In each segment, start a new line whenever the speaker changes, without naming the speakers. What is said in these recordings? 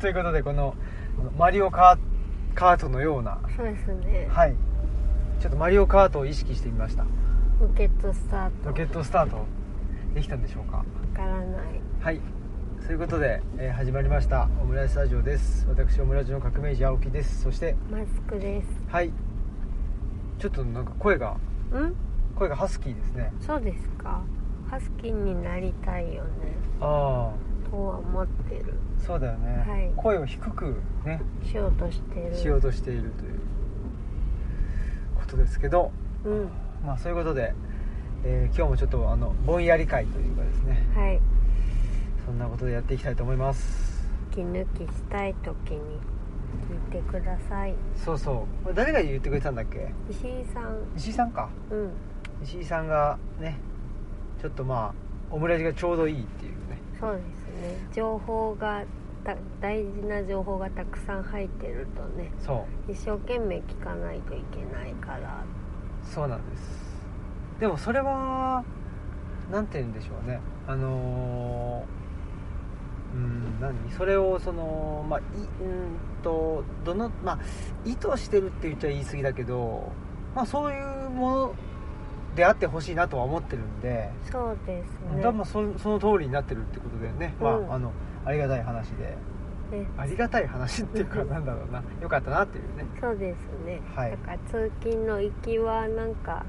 という ことでこの「マリオカーカート」のような
そうですね
はいちょっと「マリオカート」を意識してみました
ロケットスタート
ロケットスタートできたんでしょうか
わからない
はいそういうことで、えー始まりましたオムライススタジオです私オムラジの革命児青木ですそして
マスクです
はいちょっとなんか声が
ん
声がハスキーですね
そうですかハスキーになりたいよね
あ
とは思ってる
あそうだよね、
はい
声を低くね
しようとしてる
しようとしているということですけど
うん
まあそういうことで、えー今日もちょっとあのぼんやり会というかですね
はい
そんなことでやっていきたいと思います
息抜きしたい時に聞いてください
そうそうこれ誰が言ってくれたんだっけ
石井さん
石井さんか
うん
石井さんがねちょっとまあオムライスがちょうどいいっていうね
そうですね情報がた大事な情報がたくさん入ってるとね
そ
一生懸命聞かないといけないから
うそうなんですでもそれはなんて言うんでしょうねあのーうん何それをそのまあいうんとどのまあ意図してるって言っちゃ言い過ぎだけどまあそういうものであってほしいなとは思ってるんで、
そうですね
だからまあそその通りになってるってことでね、ま
うん
ああのありがたい話で
ね
ありがたい話っていうかなんだろうなよかったなっていうね
そうですね、
はい
だから通勤の行きはなんか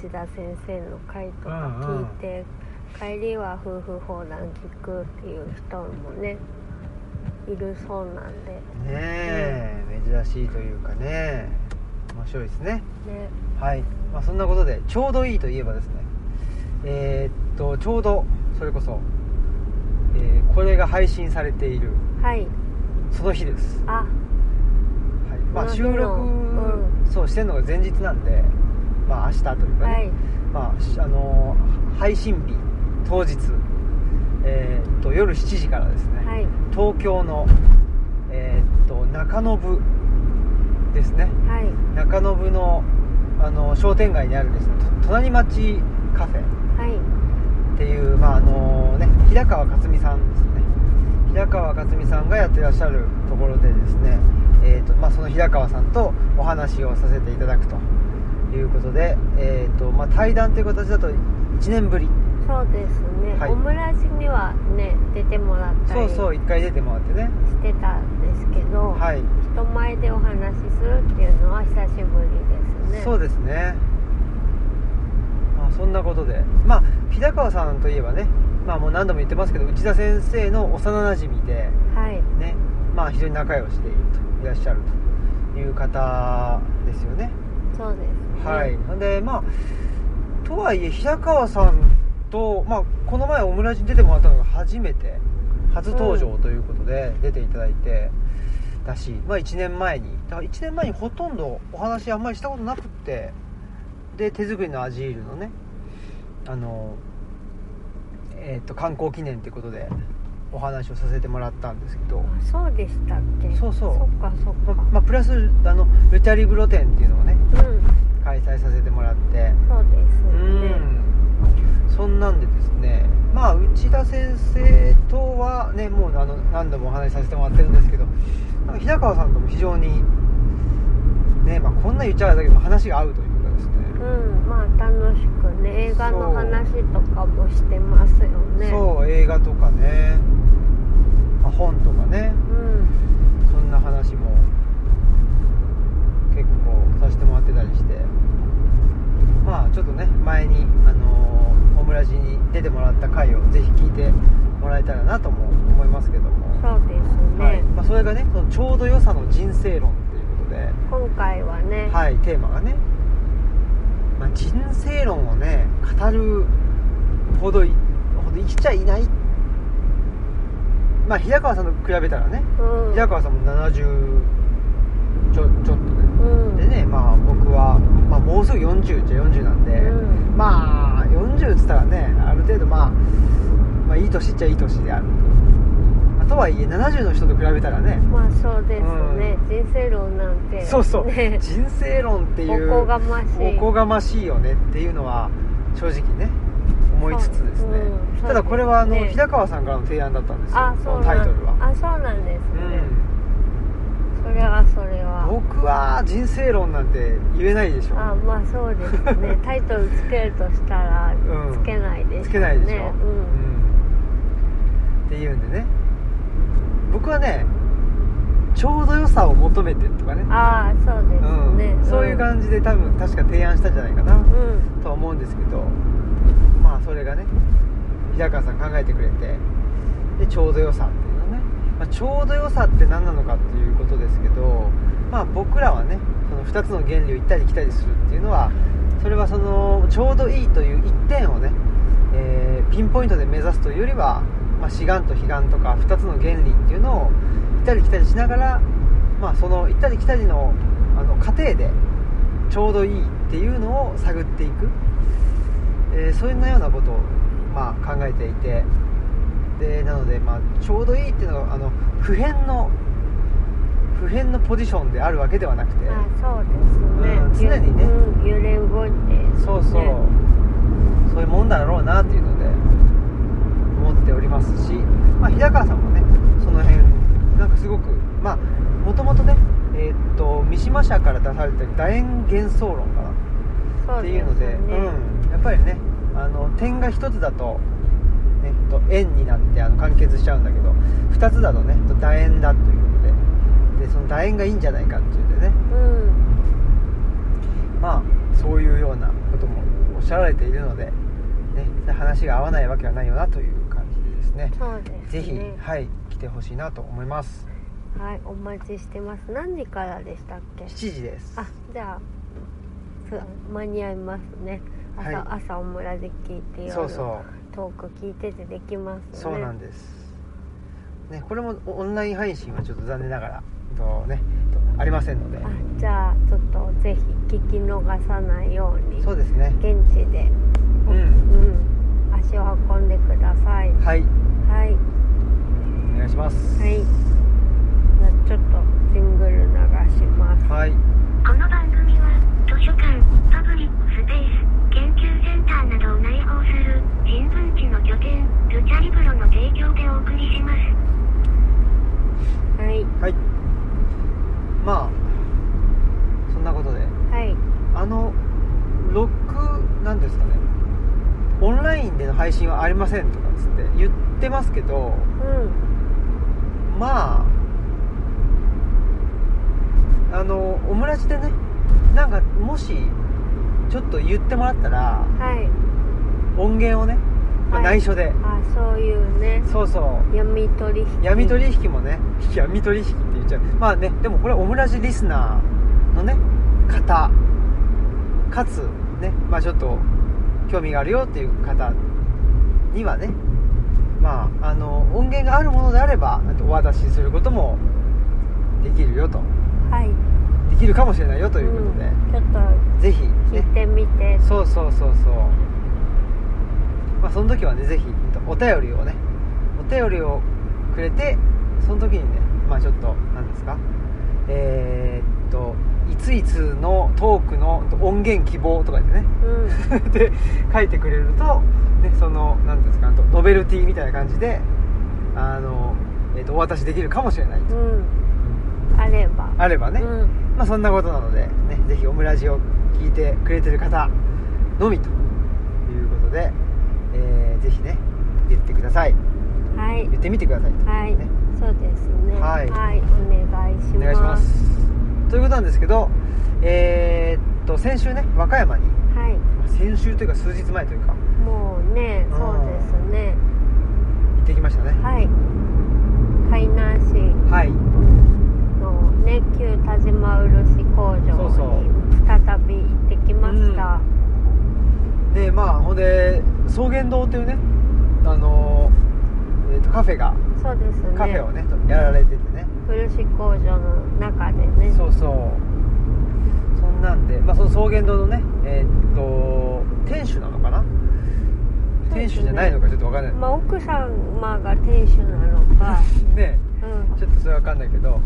内田先生の回とか聞いて、帰りは夫婦放談聞くっていう人もねいるそうなんで
ねえ、珍しいというかね面白いですね
ね
はい、まあ、そんなことでちょうどいいといえばですねえーっとちょうどそれこそ、えーこれが配信されている
はい
その日です、
あ
はいまあ、
そ
収
の日の
録、
う
そうしてるのが前日なんでまあ明日というかね、
はい
まあしあのー配信日当日えーっと夜7時からですね、
はい
東京の、えーっと中延ですね
はい
中延のあの商店街にあるですねと隣町カフェ
はい
っていう、まああのね、平川克美さんですね平川克美さんがやってらっしゃるところでですね、えーとまあ、その平川さんとお話をさせていただくということで、えーとまあ、対談という形だと1年ぶり
そうですね、
はい
オムラジにはね出てもらった
そ
り
うそう
し
1回出てもらってね
てたんですけど、
はい
人前でお話しするっていうのは久しぶりですね
そうですね、まあ、そんなことでまあ平川さんといえばねまあもう何度も言ってますけど内田先生の幼なじみで
はい
ねまあ非常に仲良しでいるといらっしゃるという方ですよね
そうですね
はいなんでまあとはいえ平川さんと、まあ、この前オムラジに出てもらったのが初めて初登場ということで出ていただいて、だし、まあ、1年前にだから1年前にほとんどお話あんまりしたことなくってで手作りのアジールのねあのえっと観光記念ということでお話をさせてもらったんですけど、
あそうでしたっけ
そうそう
そっかそっ
ま
か、
まあ、プラスあのルチャリブロ展っていうのをね
うん
開催させてもらって
そうです
う
ね
んそんなんでですねまあ内田先生とはねもうあの何度もお話しさせてもらってるんですけどなんか平川さんとも非常にねまあこんな言っちゃあれだけど話が合うというかですね
うんまあ楽しくね映画の話とかもしてますよね
そう映画とかね、まあ、本とかね
うん
そんな話も結構させてもらってたりしてまあちょっとね前にあのーオムラジに出てもらった回をぜひ聞いてもらえたらなとも思いますけども、
そうですね、
はいまあ、それがねそのちょうど良さの人生論っていうことで、
今回はね、
はい、テーマがね、まあ、人生論をね語るほどいほど生きちゃいないまあ平川さんと比べたらね
うん
平川さんも70ちょちょっとね
うん
でねまあ僕は、まあ、もうすぐ40じゃ40なんで、
うん
まあ40っつったらねある程度まあ、まあ、いい年っちゃいい年であると、まあとはいえ70の人と比べたらね
まあそうですね、人生論なんて、ね、
そうそう、
ね
人生論っていう
おこがましい
おこがましいよねっていうのは正直ね思いつつですね、
そううん
ただこれはあの、
そうですね
平川さんからの提案だったんですよ
あそう
このタイ
な
トルは、
んあそうなんですね
う、ん、
それはそれは
僕は人生論なんて言えないでしょ
あまあそうです ねタイトルつけるとしたら
うん
つけないですね、
つけないでしょ、
う
うん
ん、
っていうんでね僕はねちょうど良さを求めてとかね
ああそうですね、
うん、そういう感じで多分確か提案したんじゃないかな、
うん、うん、
とは思うんですけどまあそれがね平川さん考えてくれてでちょうど良さっていうのね、まあ、ちょうど良さって何なのかっていうことですけどまあ僕らはねその2つの原理を行ったり来たりするっていうのはそれはそのちょうどいいという一点をね、えーピンポイントで目指すというよりは、まあ、志願と悲願とか2つの原理っていうのを行ったり来たりしながら、まあ、その行ったり来たりのあの過程でちょうどいいっていうのを探っていく、えーそういうようなことを、まあ、考えていてでなので、まあ、ちょうどいいっていうのはあの普遍の普遍のポジションであるわけではなくて、
あそうですね、
うん常にね
ゆうん揺れ動いて
そうそう、
ね
そういうもんだろうなっていうので思っておりますし、まあ、平川さんもねその辺なんかすごくまあもともとねえーっと三島社から出されてる楕円幻想論かな
そ
っ
う
て
ですね
いうのでうん、やっぱりねあの点が1つだと,、えっと円になってあの完結しちゃうんだけど2つだとねと楕円だということででその楕円がいいんじゃないかっていうんでね
うん
まあそういうようなこともおっしゃられているので、ね、話が合わないわけはないよなという感じでですね
そうですね
ぜひ、はい来てほしいなと思います
はいお待ちしてます何時からでしたっけ
7時です
あじゃあす間に合いますね朝,、
はい
朝オムラジ聞いて
そう
夜
そう
トーク聞いててできますね
そうなんです、ね、これもオンライン配信はちょっと残念ながらと、ね、とありませんので
あじゃあちょっとぜひ聞き逃さないように
そうですね
現地で
うん
うん足を運んでください
はい
はい
お願いします
はいじゃあちょっとジングル流します
はい
この番組は図書館パブリックスペース研究センターなどを内包する新聞地の拠点ルチャリブロの提供でお送りします
はい
はいまあそんなことで
はい
あの6なんですかねオンラインでの配信はありませんとかつって言ってますけど
うん
まああのオムラジでねなんかもしちょっと言ってもらったら
はい
音源をね、まあ
はい
内緒で、
あそういうね
そうそう
闇取引
闇取引もね闇取引って言っちゃうまあねでもこれはオムラジリスナーのね方かつねまあちょっと興味があるよっていう方にはねまああの音源があるものであればお渡しすることもできるよと
はい
できるかもしれないよということで、
ん、ちょっ
ぜひ
と聞
ね
いてみて、
そうそうそうそうまあその時はねぜひお便りをねお便りをくれてその時にねまあちょっと何ですかえーっといついつのトークの音源希望とかでね
うん
で書いてくれると、ね、その何ですかノベルティみたいな感じであの、えーっとお渡しできるかもしれないと
うんあれば
あればね、
うん
まあ、そんなことなので、ね、ぜひオムラジを聞いてくれてる方のみということで、えーぜひね言ってください
はい
言ってみてくださいと
はい、
ね
そうですね
はい
お願いします
お願いしますということなんですけどえーっと先週ね和歌山に
はい
まあ先週というか数日前というか
もうね
うん
そうですね
行ってきましたね
はい海南市
はい
のね旧田島漆工場
そうそう
に再び行ってきました
でまあほんで草原堂というねあのーえーっとカフェが
そうですね
カフェをねやられててね
漆工場の中でね
そうそうそんなんで、まあ、その草原堂のねえーっと店主なのかな、
そうで
店
すね
主じゃないのかちょっとわかんない
まあ奥様が店主なの か
ね
うん
ちょっとそれわかんないけどね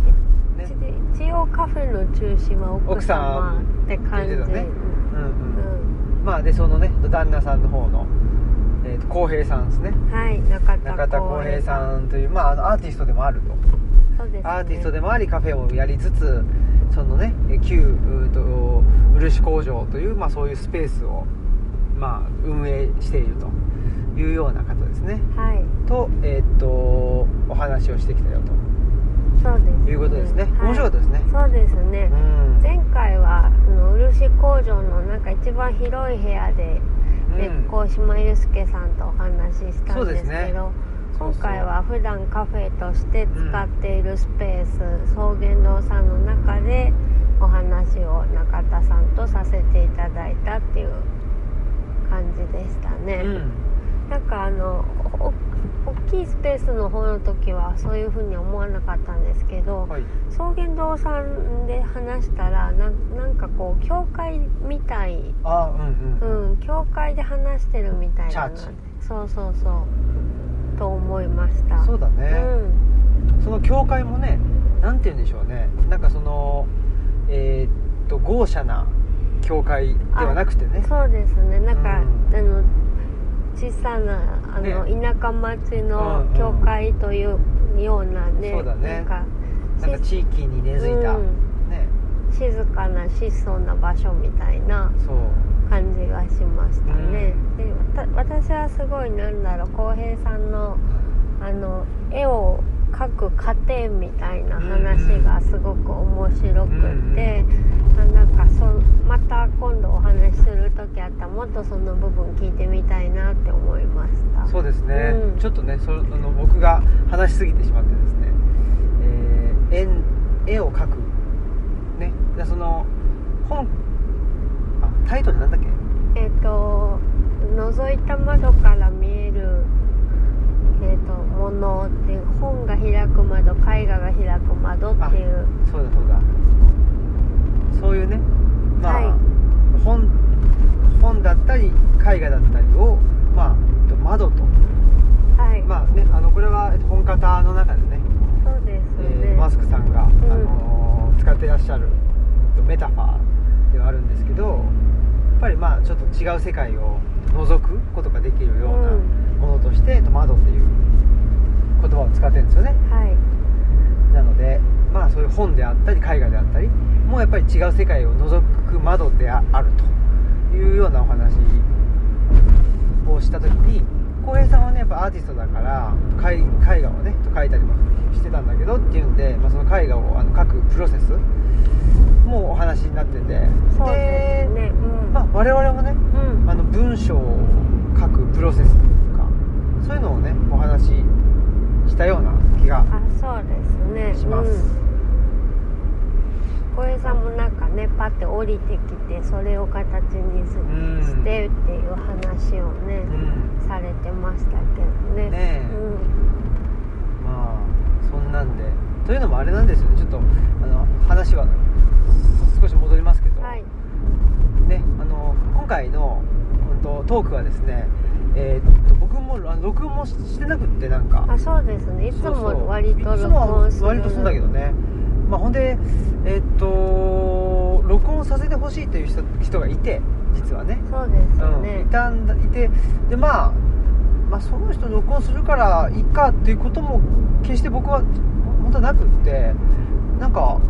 一一応カフェの中心は奥様って感じ
奥さんって言ってたねうん
う
うん
ん
まあでそのね旦那さんの方のえーと浩平さんですね
はい中田
中田浩平さんという、まああの、アーティストでもあると
そうです、ね、
アーティストでもありカフェをやりつつそのねえー旧うーと漆工場という、まあ、そういうスペースを、まあ、運営しているというような方ですね
はい
と,、えー、とお話をしてきたよ
そうです、
ということですね、
はい
面白かったですね
そうですね
う、ん
前回はあの漆工場のなんか一番広い部屋でね
うん
高島祐介さんとお話しした
そうんで
ですす
ね
けど
そうそう
今回は普段カフェとして使っているスペース、草原堂さんの中でお話を中田さんとさせていただいたっていう感じでしたね、
うん
なんかあのお大きいスペースの方の時はそういうふうに思わなかったんですけど、
はい
草原堂さんで話したらなんなんかこう教会みたい
あーうんう、
うんん教会で話してるみたいだな
チャーチ
そうそうそうと思いました
そうだね、
うん
その教会もねなんて言うんでしょうねなんかそのえーっと豪奢な教会ではなくてね
そうですねなんか、
うん
あの小さなあの、田舎町の
うんうん
教会というようなね,、
そうだね
なんか
なんか地域に根付いた、
うん
ね
静かな質素な場所みたいな
そう
感じがしましたね、
う
でわた私はすごいなんだろう浩平さんのあの絵を描く過程みたいな話がすごく面白くて、あなんかそまた今度お話しする時あったらもっとその部分聞いてみたいなって思いました
そうですね、
うん
ちょっとねそあの僕が話しすぎてしまってですね、えー絵絵を描くねでその本あタイトルなんだっけ
えっ、と覗いた窓から見えるえっ、とものっていう本が開く窓絵画が開く窓っていう
そうだそうだそういうねまあ、
はい
本本だったり絵画だったりをまあえっと窓と
はい、
まあねあのこれはえっと本型の中でね
そうです
えー
ね、
マスクさんが、
ん
あのー使ってらっしゃるえっとメタファーではあるんですけどやっぱりまあちょっと違う世界を覗くことができるような
うん
ものとして、えっと窓っていう言葉を使ってるんですよね
はい
なのでまあそういう本であったり絵画であったりもうやっぱり違う世界を覗く窓でああるというようなお話をした時に浩平さんはねやっぱアーティストだから絵絵画をねと描いたりもしてたんだけどっていうんで、まあ、その絵画をあの描くプロセスもお話になってて
そうですねうん、
まあ、我々もね
うん
あの文章を書くプロセスとかそういうのをねお話ししたような気が
あそうですね
します。
うん、小江さんもなんかねパッて降りてきてそれを形にす
うん
してっていう話をね、
うん
されてましたけどね
ねえ
うん、
まあそんなんでというのもあれなんですよねちょっとあの話は少し戻りますけど、
はい
ね、あの今回のうんとトークはですね、えー、と僕もあの録音もしてなくってなんか
あそうですねいつ
そうそう
も割と
いつ
録
も
音す
は
る
割とそうだけどね、まあ、ほんでえっ、と録音させてほしいという人人がいて実はね
そうですよ
うん、
ね
い、たんだいてでまあまあその人録音するからいいかっていうことも決して僕は本当はなくってなんか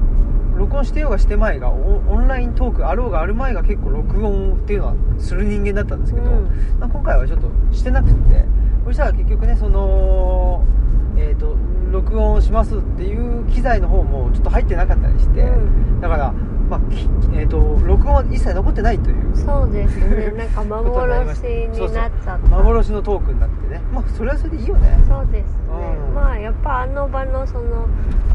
録音してようがしてまいがオオンライントークあろうがあるまいが結構録音っていうのはする人間だったんですけど、
うん
まあ今回はちょっとしてなくってそしたら結局ねそのえっ、と録音しますっていう機材の方もちょっと入ってなかったりして、
うん
だから、まあきえー、と録音は一切残ってないという
そうですねなんか
ことになりま
幻
した
になっちゃった
幻のトークになってねまあそれはそれでいいよね
そうですね、
うん
まあやっぱあの場のその、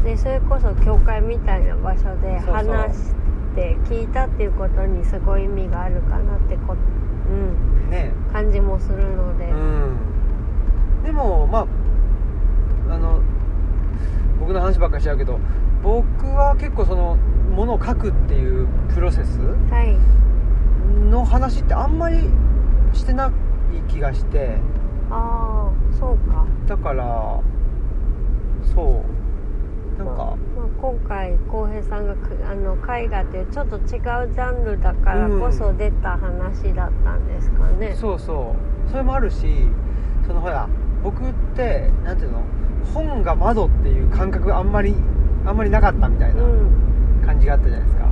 ね、それこそ教会みたいな場所で
そうそう
話して聞いたっていうことにすごい意味があるかなってこ、うん、
ね
感じもするので、
うんでもまああの僕の話ばっかりしちゃうけど僕は結構そのものを書くっていうプロセス
はい
の話ってあんまりしてない気がして
ああそうか
だからそうなんか、
まあ、今回浩平さんがくあの絵画っていうちょっと違うジャンルだからこそ出た話だったんですかね、
そうそうそれもあるしそのほら僕ってなんていうの本が窓っていう感覚があんまりあんまりなかったみたいうなん感じがあったじゃないですか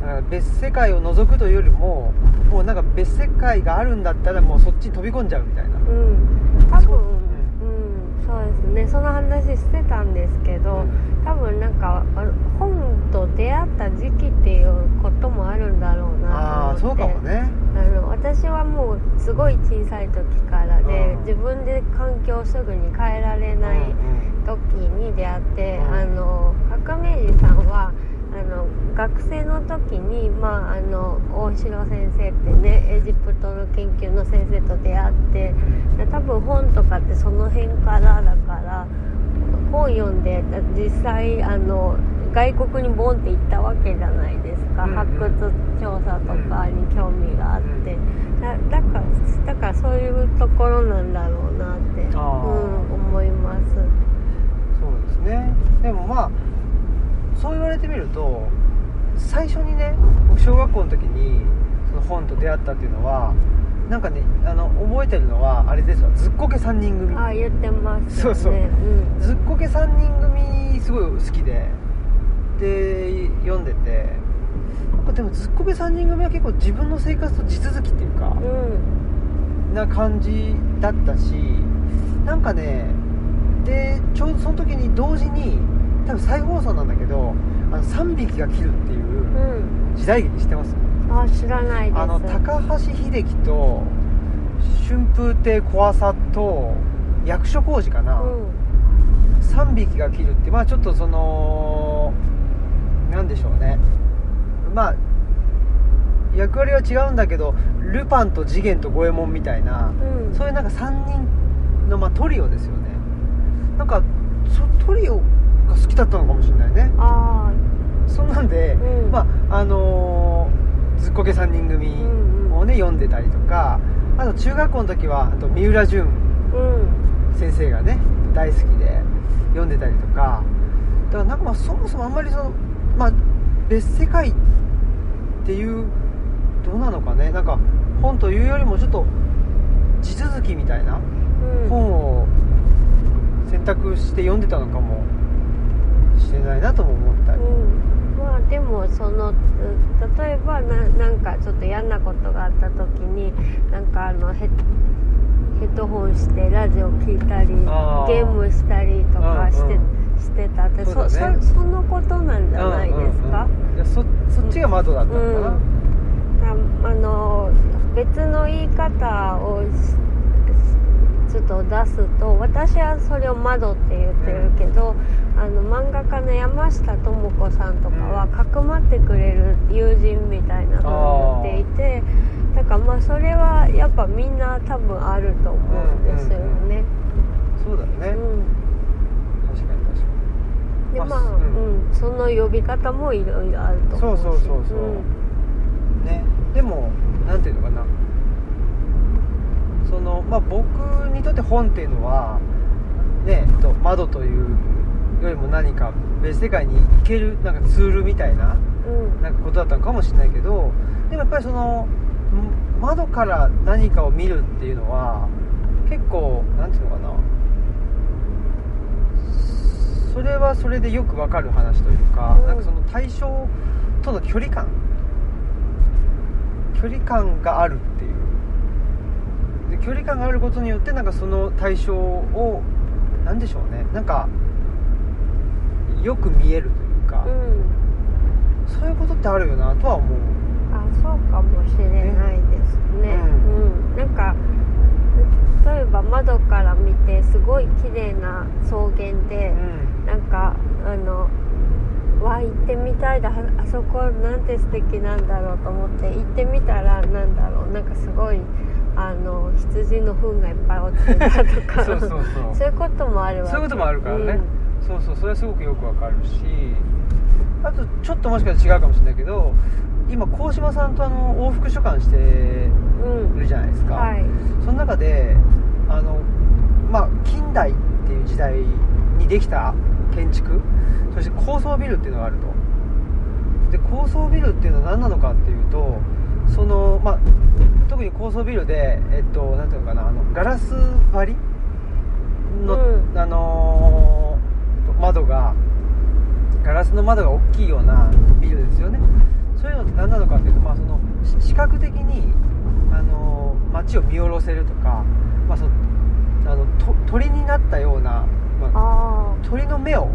だから別世界を覗くというよりももうなんか別世界があるんだったらもうそっちに飛び込んじゃうみたいな
うん多
そう
分うんそうですねその話してたんですけど、多分なんかあ本と出会った時期っていうこともあるんだろう
あ
な
あ
と
そ
思
う
って
かもね
あの私はもうすごい小さい時からで、
うん
自分で環境をすぐに変えられない
うん
時に出会って、
うん
あの革命児さんはあの学生の時に、まあ、あの大城先生ってねエジプトの研究の先生と出会ってで多分本とかってその辺からだから本読んで実際あの外国にボンって行ったわけじゃないですか、
うんうん
発掘調査とかに興味があって、だだからだからそういうところなんだろうなって、うん、
あー
思いま
そう
す。
ですねでもまあそう言われてみると最初にね僕小学校の時にその本と出会ったっていうのはなんかねあの覚えてるのはあれですわずっこけ3人組
あ言ってます
そ
よね
うそうんずっこけ3人組すごい好きでで読んでてなんかでもずっこけ3人組は結構自分の生活と地続きっていうか
うん
な感じだったしなんかねでちょうどその時に同時に多分再放送なんだけど「あの3匹が切る」っていう
う
時代劇知ってます
んあ知らないです
あの高橋英樹と春風亭小朝と役所広司かな、
うん
3匹が切るってまあちょっとそのなんでしょうねまあ役割は違うんだけどルパンと次元と五右衛門みたいな
うん
そういうなんか3人の、まあ、トリオですよねなんかそトリオが好きだったのかもしれないね
あ
そんなんで
あ、うん
まああのーずっこけ3人組
うんうん
をね読んでたりとかあと中学校の時はあと三浦淳
うん
先生がね大好きで読んでたりとかだからなんかまあそもそもあんまりその、まあ、別世界っていうどうなのかねなんか本というよりもちょっと地続きみたいな
うん
本を選択して読んでたのかもしれないなとも思ったり、
うんまあでもそのうん例えばななんかちょっと嫌なことがあった時になんかあのヘッヘッドホンしてラジオ聞いたり
あー
ゲームしたりとかして,、
うん
してたって
そう
そ
だね
そそのことなんじゃないですか、
うんうんうんいやそそっちが窓だったのかな、
ああの別の言い方をししちょっと出すと私はそれを窓って言ってるけど、あの漫画家の山下智子さんとかは
うん
かくまってくれる友人みたいなのを言っていてだからまあそれはやっぱみんな多分あると思うんですよね。
そうだよね、
うん
確かに確かに
で
ま
ま
あ
あ、
う
うんん、その呼び方もいろいろあると思うし
そうそうそうそうね、でも何ていうのかなそのまあ僕にとって本っていうのはねえっと窓というよりも何か別世界に行けるなんかツールみたいな
うんうん
なんかことだったのかもしれないけどでもやっぱりそのん窓から何かを見るっていうのは結構何ていうのかなそれはそれでよくわかる話というか、
うん
なんかその対象との距離感距離感があるっていうで距離感があることによってなんかその対象を何でしょうねなんかよく見えるというか、
うん
そういうことってあるよなとは思う
あそうかもしれないですね、
う
うんなんか例えば窓から見てすごい綺麗な草原で、
うん
なんかあのわあ行ってみたいだああそこなんて素敵なんだろうと思って行ってみたらなんだろうなんかすごいあの羊の糞がいっぱい落ちてたと か
そうそうそう
そういうこともあるわけ
そういうこともあるからね、そうそうそれはすごくよくわかるしあとちょっともしかしたら違うかもしれないけど今鴻島さんとあの往復書簡してる
うん、うん
じゃないですか、
はい
その中であのまあ近代っていう時代にできた建築そして高層ビルっていうのがあるとで高層ビルっていうのは何なのかっていうとその、まあ、特に高層ビルで、えっと、なんていうのかなあのガラス張りの、
うん
あのー窓がガラスの窓が大きいようなビルですよねそういうのって何なのかっていうと、まあ、そのし視覚的に、あのー街を見下ろせるとか、まあ、そのあのと鳥になったような、まあ
あ
鳥の目を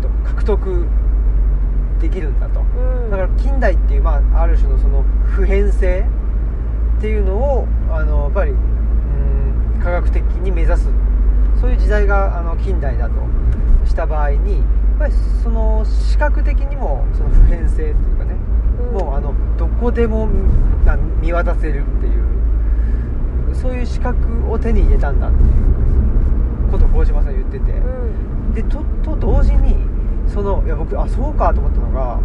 と獲得できるんだと。
あうん
だから近代っていう、まあ、ある種のその普遍性っていうのをあのやっぱりうん科学的に目指すそういう時代があの近代だとした場合にやっぱりその視覚的にもその普遍性っていうかね、
うん
もうあのどこでもまあ見渡せるっていうそういう視覚を手に入れたんだっていうことを麹島さん言ってて。
うん
でとと同時にそのいや僕あそうかと思ったのが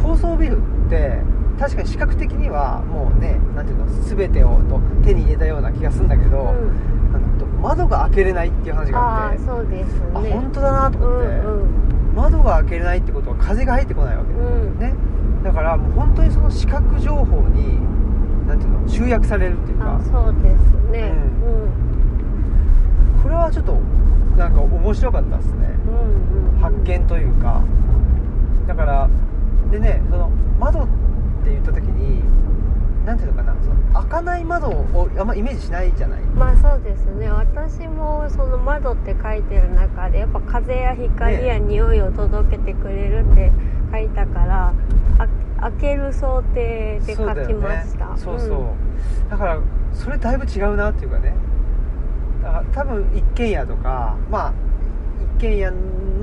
高層ビルって確かに視覚的にはもうねなんていうの全てをと手に入れたような気がするんだけど、
うん
なんか窓が開けれないっていう話があっ
あ
て
あそうですね
あ本当だなと
う
思って、
ん
窓が開けれないってことは風が入ってこないわけ
う
だよ
んうん
ねだからもう本当にその視覚情報になんていうの集約されるっていうか
あそうですね
う
うん
これはちょっとなんか面白かったですね
うんうん
発見というかだからでねその窓って言った時に何ていうのかなその開かない窓をあんまイメージしないじゃない
まあそうですね私もその窓って書いてる中でやっぱ風や光や匂いを届けてくれるって書いたから、あ開ける想定で書
だよ
きました
ね、そうそう、だからそれだいぶ違うなっていうかねだから多分一軒家とかまあ一軒家の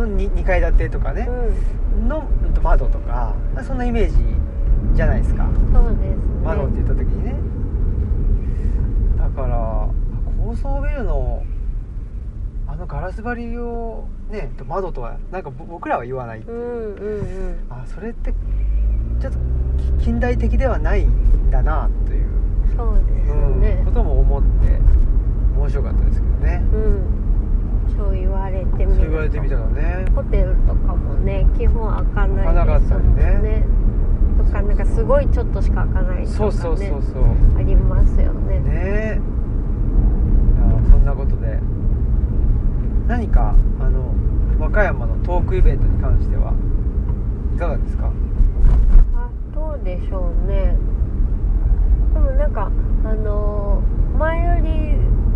2, 2階建てとかね
う、ん、うん
のうんと窓とかそんなイメージじゃないですか
そうですね
窓って言った時にねだから高層ビルのあのガラス張りをね窓とはなんかぼ僕らは言わないって
う
いうん
うん
あそれってちょっとき近代的ではないんだなという、
うんそうです
うん
ね
ことも思って面白かったですけどね
うん、そう言われてみる
そう
と
言われてみたらね
ホテルとかもね基本開かない
開かなか
で
っ
す
た
も
り
ん
ね
ねとかなんかすごいちょっとしか開かないとか、ね、
そうそうそうそう
ありますよね
ねえいやそんなことで何かあの和歌山のトークイベントに関してはいかがですか
あどうでしょうねでもなんかあのー前より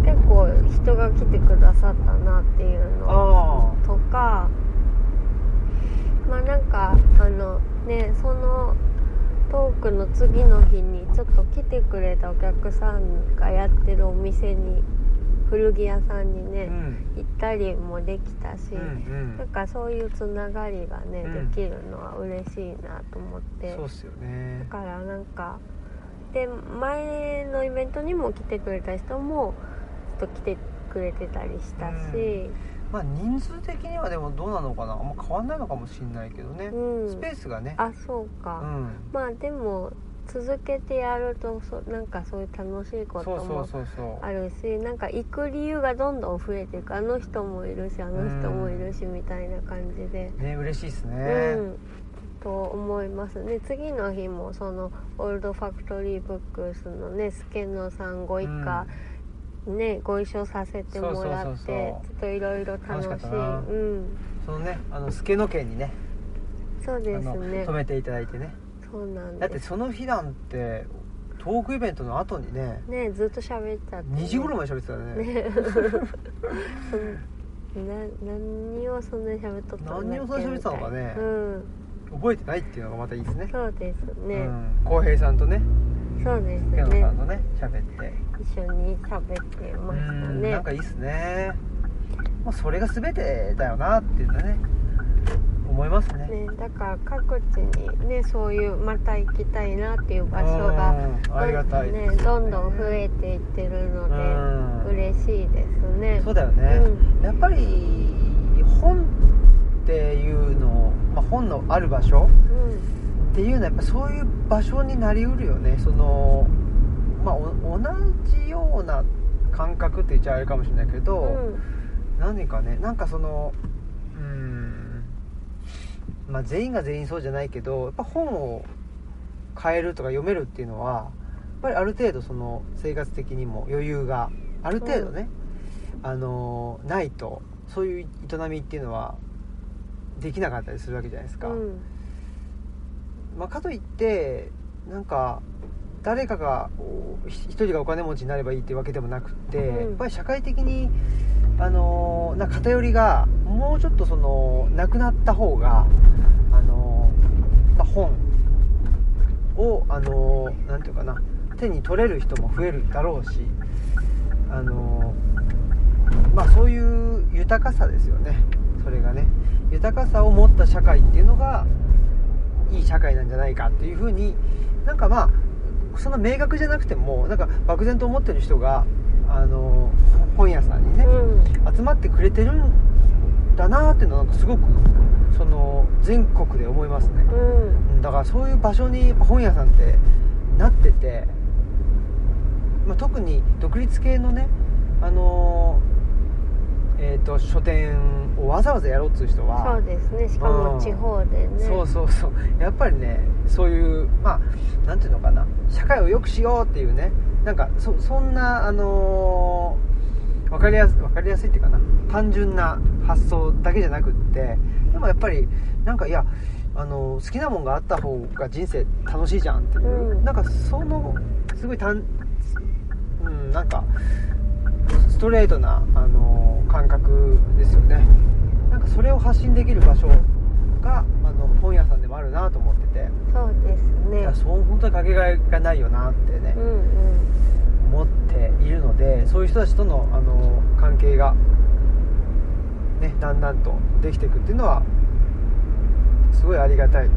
結構人が来てくださったなっていうの
あ
とかまあなんかあのねそのトークの次の日にちょっと来てくれたお客さんがやってるお店に古着屋さんに
う
ね、
ん
行ったりもできたし、
うんう
なん
ん
かそういうつながりがね、
うん
できるのは嬉しいなと思って
そうっすよ
だ
ね
からなんかで前のイベントにも来てくれた人もちょっと来てくれてたりしたし、
まあ人数的にはでもどうなのかなあんま変わんないのかもしんないけどね
う、ん
スペースがね
あそう
う
か、
ん
まあでも続けてやるとそなんかそういう楽しい
そ
こ
う
と
そう
も
そうそ
あるしなんか行く理由がどんどん増えていくあの人もいるしあの人もいるしみたいな感じで。
うね嬉しいっすね、
うん、と思いますね次の日もそのオールドファクトリーブックスのね助野さんご一家、ねご一緒させてもらって
そうそうそう
ちょっといろいろ楽しい
楽しかったな
うん、
そのねあの助野家にね
そう
あ
です
の
ね
止めていただいてね
そうなん
だって
です
その日なんてトークイベントの後にね
ねずっと喋っちゃって、
2時頃まで喋ってたね
ねそんな何をそんなに喋っとったんだっけ
何をそんなに喋ってたのかね
みいなうん
覚えてないっていうのがまたいいですね
そうですね、
うん、浩平さんとね
そうです
福野
ね
さんとね喋って、
一緒に喋って
う
ました
ん
ね
なんかいいっすねもうそれが全てだよなっていうのはね思いますね
ね、だから各地にねそういうまた行きたいなっていう場所が
うんありがたい
ねどんどん増えていってる
う
の
ん
で嬉しいですね
そうだよね、やっぱり本っていうの、まあ、本のある場所
うん
っていうのはやっぱそういう場所になりうるよねそのまあお同じような感覚って言っちゃあれかもしれないけど、
うん
何かねなんかそのうーんまあ、全員が全員そうじゃないけどやっぱ本を変えるとか読めるっていうのはやっぱりある程度その生活的にも余裕がある程度ね、あのないとそういう営みっていうのはできなかったりするわけじゃないですか。
うん
まあ、かといってなんか誰かがおひ一人がお金持ちになればいいってわけでもなくって、
うん
やっぱり社会的に、あのーなんか偏りがもうちょっとそのなくなった方が、あのーまあ、本を、あのーなんていうかな手に取れる人も増えるだろうし、あのーまあ、そういう豊かさですよねそれがね豊かさを持った社会っていうのがいい社会なんじゃないかっていうふうになんかまあそんな明確じゃなくてもなんか漠然と思ってる人があの本屋さんにね、
うん
集まってくれてるんだなーっていうのはなんかすごくその全国で思いますね、
うん
うんだからそういう場所にやっぱ本屋さんってなってて、まあ、特に独立系のね、あのーえー、と書店をわざわざやろうっつう人は
そうですねしか
う
も
ん
地方でね
そうそうそうやっぱりねそういうまあなんていうのかな社会を良くしようっていうねなんかそそんなあのーわかりやすわかりやすいっていうかな単純な発想だけじゃなくってでもやっぱりなんかいやあのー好きなもんがあった方が人生楽しいじゃんっていう、
うん
なんかそのすごい単うんなんかストレートなあのー感覚ですよねなんかそれを発信できる場所があの本屋さんでもあるなと思ってて、
そうです
い
ね
やそう本当にかけがえがないよなってね
う、ん
思っているのでそういう人たちとのあの関係がねだんだんとできていくっていうのはすごいありがたいこ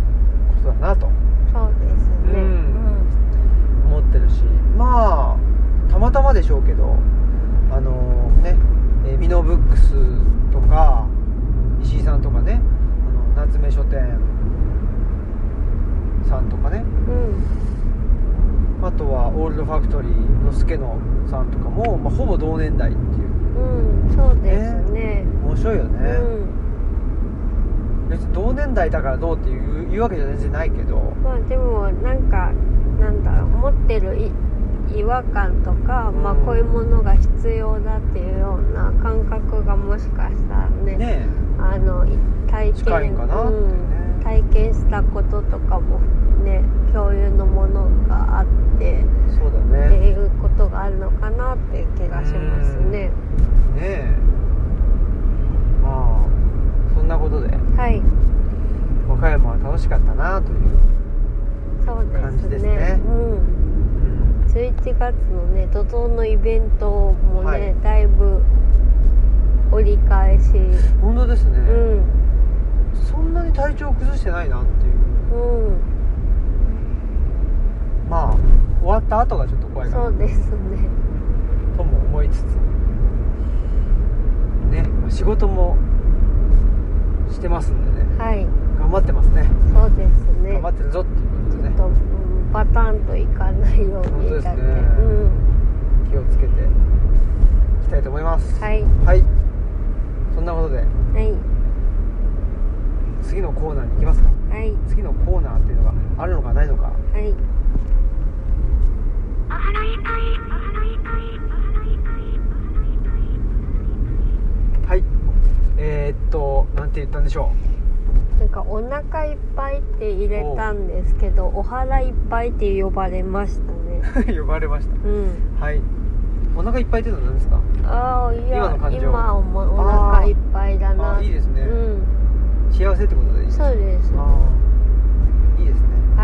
とだなと
うんそうですね
う
うん
ん思ってるしまあたまたまでしょうけどあのねえーミノブックスとか石井さんとかねあの夏目書店さんとかね
うん
あとはオールドファクトリーの助野さんとかも、まあ、ほぼ同年代っていう
うんそうですね
面白いよ
う
ね、
ん
別に同年代だからどうっていう言うわけじゃ全然ないけど
まあでもなんかなんだろう持ってるい違和感とか、まあ
うん
こういうものが必要だっていうような感覚がもしかしたらね
ね
あのい体験
近いんかなってね
うん、体験したこととかもね共有のものがあって
えそうだ
っ
ね
ていうことがあるのかなっていう気がしますね。
ねえまあそんなことで
はい、
和歌山は楽しかったなという、
そうですね。
感じですね
うん。
うん
11月のね、怒涛のイベントもね、
はい
だいぶ折り返し、
本当ですね、
うん、
そんなに体調を崩してないなっていう
うん、
まあ終わった後がちょっと怖いか
そ
な
うですね。
とも思いつつねまあ仕事もしてますんでね
はい、
頑張ってますね
そうですね。
頑張ってるぞっていうこと
ち
で
ょっ
ね
と、うん、パターンといかないよ
本
う
当です
に
ね
だけ、うん、
気をつけていきたいと思います
はい、
はいそんなことで
はい、
次のコーナーに行きますか
はい、
次のコーナーっていうのがあるのかないのか
はい。
お風呂いっぱいお風呂いっぱいお風呂いっぱいお風呂いっぱ
は
い
いえー、っとなんて言ったんでしょ
なんかお腹いっぱいって入れたんですけど、お腹いっぱいって呼ばれましたね。
う呼ばれまし
うん。
たはいお腹いっぱいっていうのは何ですか
ああいや
今の感情
今おもお腹いっぱいだな
あいいですね
うん
幸せってことでいい
そうですは
ああいいですね
い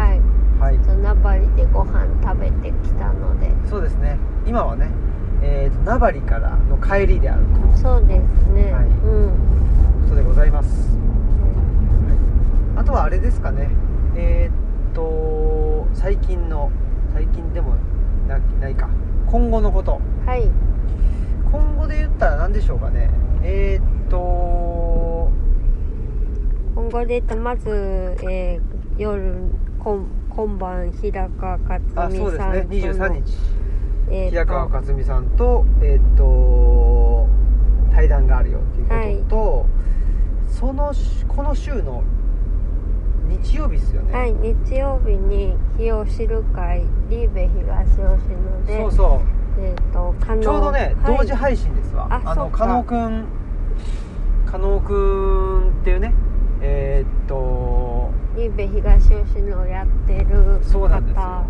はい
ちょっと名張でご飯食べてきたので
そうですね今はねえー、と名張からの帰りであるという
そうですね、
はい
うん
ことでございますあとはあれですかねえーっと最近の最近でもなないか今後のこと
はい
今後で言ったら何でしょうかねえーっと
今後で言うとまず、えー夜今今晩日高
あ
克
そう
美
です
さ
ね
んとの
23日
えーと
平川克美さんとえーっと対談があるよっていうことと、そのしこの週の日曜日ですよね、
はい、日曜日に清志流会リーベ東吉野で
そうそ
えー、と加
う
納
ちょうどね、同時配信ですわ
あ
あ
そ
の
っか
加納くん加納くんっていうねえーっと
リーベ東吉野やってる方
そうなんですよ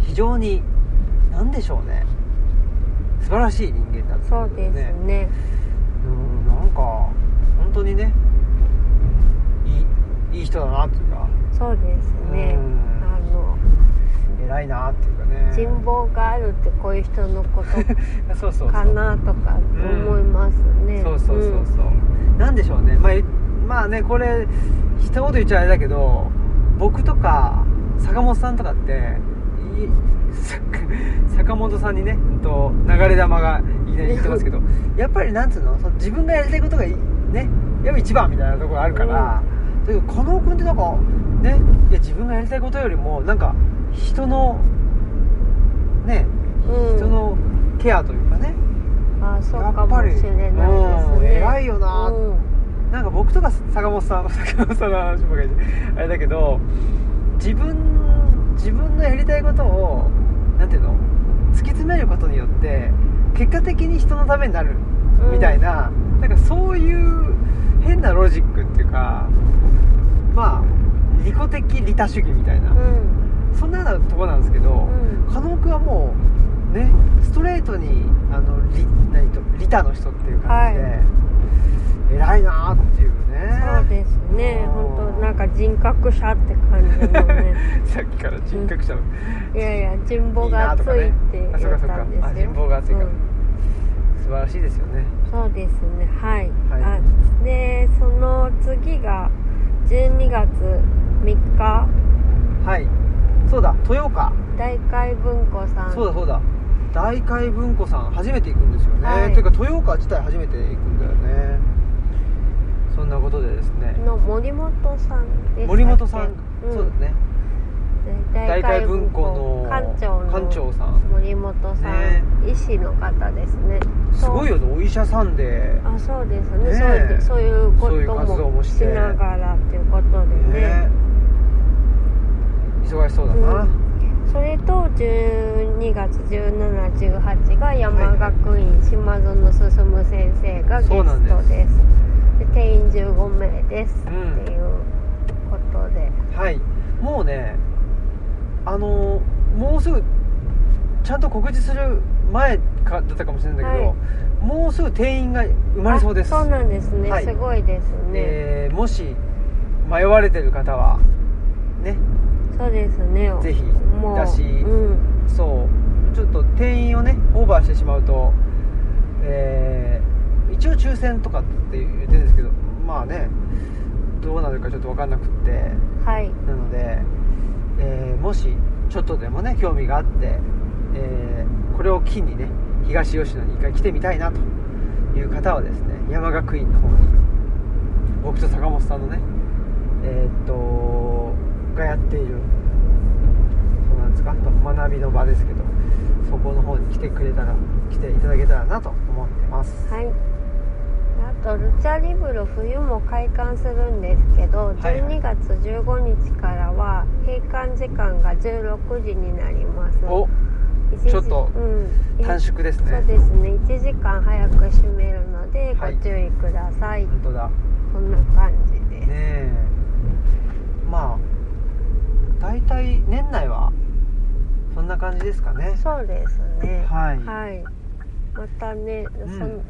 非常に何でしょうね素晴らしい人間だった
そ
ん
うですね
うんなんか本当にねいいいい人だなっていうか
そうですね
うん
あの
偉いなっていうかね
人望があるってこういう人のこ
そうそうそ
と
う
かなとか思いますね、
そうそうそうんそう、なんでしょうねまあ、ゆまあねこれ一言言っちゃあれだけど僕とか坂本さんとかっていさ坂本さんにね、うんと、流れ玉がいきなり言ってますけどやっぱりなんつうのその自分がやりたいことがいねやっぱ一番みたいなところあるから、だけど加納君ってなんかねいや自分がやりたいことよりもなんか人のね、
うん
人のケアというかね、
あそう
やっ
かも
ぱ
しれ
り
ないですね
うん偉いよな
うん
なんか僕とか坂本さん坂本さんの話ばかりであれだけど自分自分のやりたいことをなんていうの突き詰めることによって結果的に人のためになる
うん
みたいな,、なんかそういう変なロジックっていうかまあ利己的利他主義みたいな、
うん
そんなようなとこなんですけど、
うん
加納君はもうねストレートにあのリ何とリタの人っていう感じで、
は
偉いなーっていうね
そうですね
うん
本当なんか人格者って感じの ね
さっきから人格者の、
いやいや人望がついて
いいなとかねあそっ
や
か
っ
そったか
んですよ
あ人望がついから
うん
素晴らしいですよね
そうですねはい、
はい
あでその次が12月3日
はいそうだ豊岡
大海文庫さん
そうだそうだ大海文庫さん初めて行くんですよね、
はい
ていうか豊岡自体初めて行くんだよねそんなことでですね
の森本さんです
森本さん、
うん、
そうだね
大
大
海
海
文
文
庫
庫
の
の
館長の
館長さん
森本さん、
ね
医師の方ですね
すごいよねお医者さんで
そうあそうですね
ねえ
そういうでそういうこ
そういう活
と
動
も
も
し
して
ながらっていうことでね
ね忙しそうだな、
うそれと12月1718が山学院島園進先生がゲス
そ
ト
うなんで
です
す
で定員15名です、
うん
っていうことで
はいもうねあのもうすぐちゃんと告知する前かだったかもしれないんだけど、
はい
もうすぐ定員が埋まりそうです
あそうなんですね、
はい
すごいですね、
えーもし迷われてる方はね
そうですね
ぜひ
もう
だし
うん、
そうちょっと定員をねオーバーしてしまうとえー一応抽選とかって言ってるんですけどまあねどうなるかちょっと分かんなくって
はい
なので、えーもしちょっとでもね興味があって、えーこれを機にね東吉野に一回来てみたいなという方はですね山学院の方に僕と坂本さんのねえーっとがやっているそうなんですか学びの場ですけどそこの方に来てくれたら来ていただけたらなと思ってます
はいあとルチャリブロ冬も開館するんですけど
いはい
12月15日からは閉館時間が16時になります
お
一時
ちょっと
うん、
短縮ですね
そうですね1時間早く閉めるのでご
はい
注意ください、
本当だ
そんな感じで
ね
す、
えまあ大体年内はそんな感じですかね
そうですね
はい
またね、
ん
その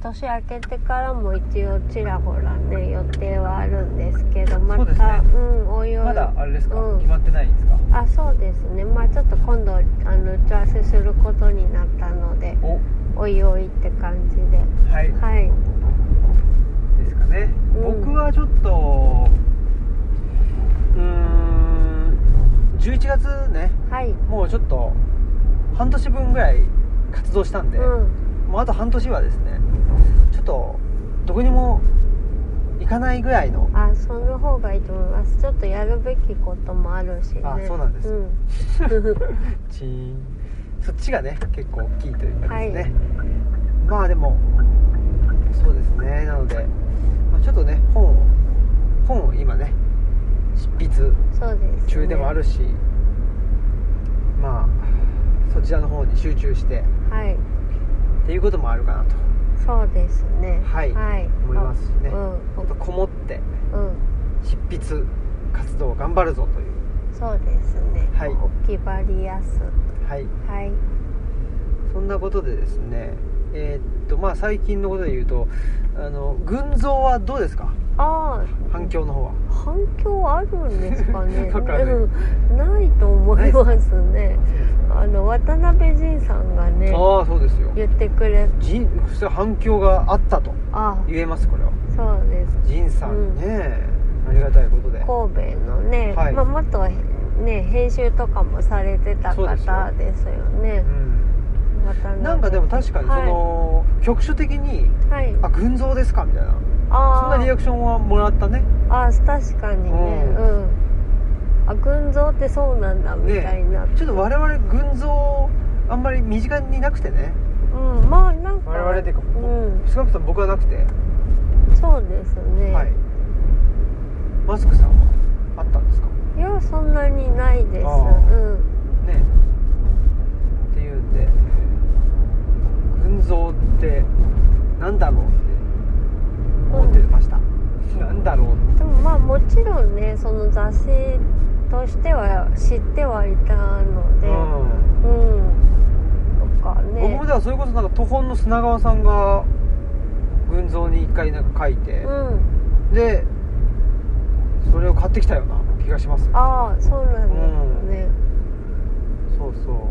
年明けてからも一応ちらほらね予定はあるんですけどま
そうです
た
ね
んおいおい
まだあれですか、
うん
決まってないんですか
あそうですねまあちょっと今度あの打ち合わせすることになったので
お
おいおいって感じで
はい
はい
ですかね、
うん
僕はちょっとうーん11月ね
はい
もうちょっと半年分ぐらい活動したんで、
うん
もうあと半年はですねちょっとどこにも行かないぐらいの
あその方がいいと思いますちょっとやるべきこともあるしね
あそうなんです
うん
チーンそっちがね結構大きいというかですね、
はい
まあでもそうですねなので、まあ、ちょっとね本を本を今ね執筆
そうです、ね、
中でもあるし、まあそちらの方に集中して
はい
っていうこともあるかなと
そうですね
はい思いますね
あうん
ほんとこもって
うん
執筆活動を頑張るぞという
そうですね
はい
置き場りやす
はい
はい
そんなことでですねえーっとまあ最近のことで言うとあの群像はどうですか
あ
反響の方は
あ反響あるんですかね
わかる
うんないと思いますねあの渡辺仁さんがね
ああそうですよ
言ってくれ
仁それ反響があったと
あ
言えますこれは
そうです
仁さんね、ありがたいことで
神戸のね、
はい
まあ、元はね編集とかもされてた方ですよね
うん
渡辺
なんかでも確かにその、局所的に
はい、はい
「あ群像ですか」みたいなそん
あ
なリアクションはもらったね
ああ確かにね
う
うん、あ群像ってそうなんだみたいな、
ちょっと我々群像あんまり身近になくてね
うんまあなんか
我々っていうか、
うん
少なくとも僕はなくて、
そうですね、
はいマスクさんはあったんですかね
いやそんなにないです
あー
うん
っていうんで群像ってなんだろうって思ってました、なんだろう
でもまあもちろんねその雑誌としては知ってはいたので
うん
うん、とかね
僕もではそれこそなんか途方の砂川さんが群像に一回なんか書いて、
うん、
でそれを買ってきたような気がします
ああそうなんですね、
そうそう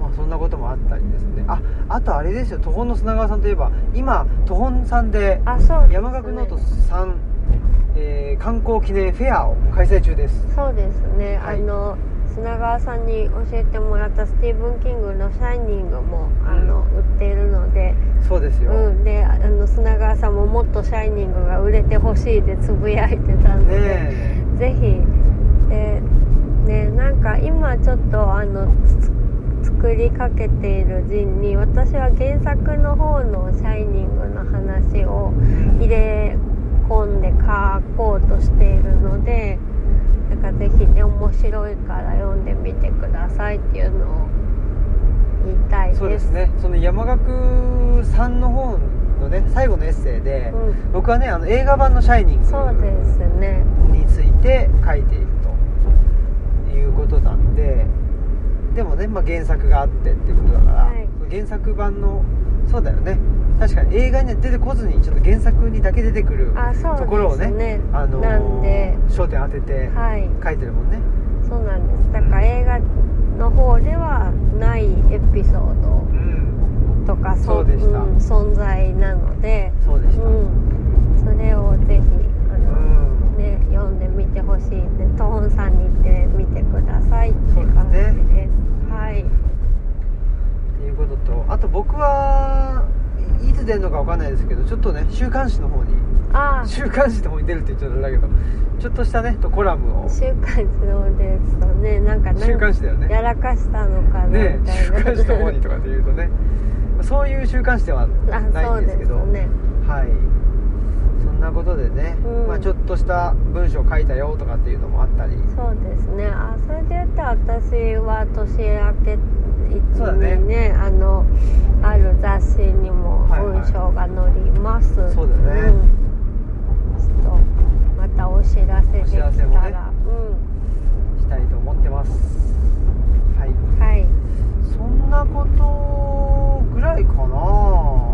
まあそんなこともあったりですねああとあれですよ途方の砂川さんといえば今途方さんで
あそうですね
山岳ノートさん、えー観光記念フェアを開催中です
そうですね、
はい
あの砂川さんに教えてもらったスティーブン・キングの「シャイニングも」あの売っているので、
そうですよ、
うん、であの砂川さんももっと「シャイニング」が売れてほしいでつぶやいてたの
ね
で、
え
ぜひでねなんか今ちょっとあのつ作りかけている陣に私は原作の方の「シャイニング」の話を入れ込んで書こうとしているのでなんかぜひね面白いから読んでみてくださいっていうのを言いたいです。
そうですねその山岳さんの方のね最後のエッセイで、
うん
僕はねあの映画版の「シャイニング」
そうですね。
について書いているということなんででもね、まあ、原作があってってことだから、
はい
原作版のそうだよね確かに映画には出てこずにちょっと原作にだけ出てくる
あ、そうですね。
ところをねあのー
なんで、
焦点当てて
はい、
書いてるもんね、
そうなんです。だから映画の方ではないエピソード
うん
とか
そうでした
ん、存在なので、
そうで
う
した、
ん、それをぜひあの。
うん
ね、読んでみてほしいねトーンさんに行ってみてくださいって
そうですね
感じですはい
っていうこととあと僕はいつ出るのかわかんないですけどちょっとね週刊誌の方に
ああ週
週刊誌の方に出るって言っちゃうんだけどちょっとしたねとコラムを
刊誌のですとねなんか
週
何
刊誌だよね
やらかしたのかなみ
ね
たい
週
な、
刊誌の方にとかって言うとねそういう週刊誌では
あ
ないんですけど
そうですね
はいそんなことでね、
うん
まあ、ちょっとした文章書いたよとかっていうのもあったり
そうですねあそれで言ったら私は年
そうだ
明け
ね
にねあのある雑誌にも
はいはい
文章が載ります、
そうだね
うん、ちょっとまたお知らせできた
お知ら
ら、
せもね
うん
したいと思ってますはい
はい、
そんなことぐらいかな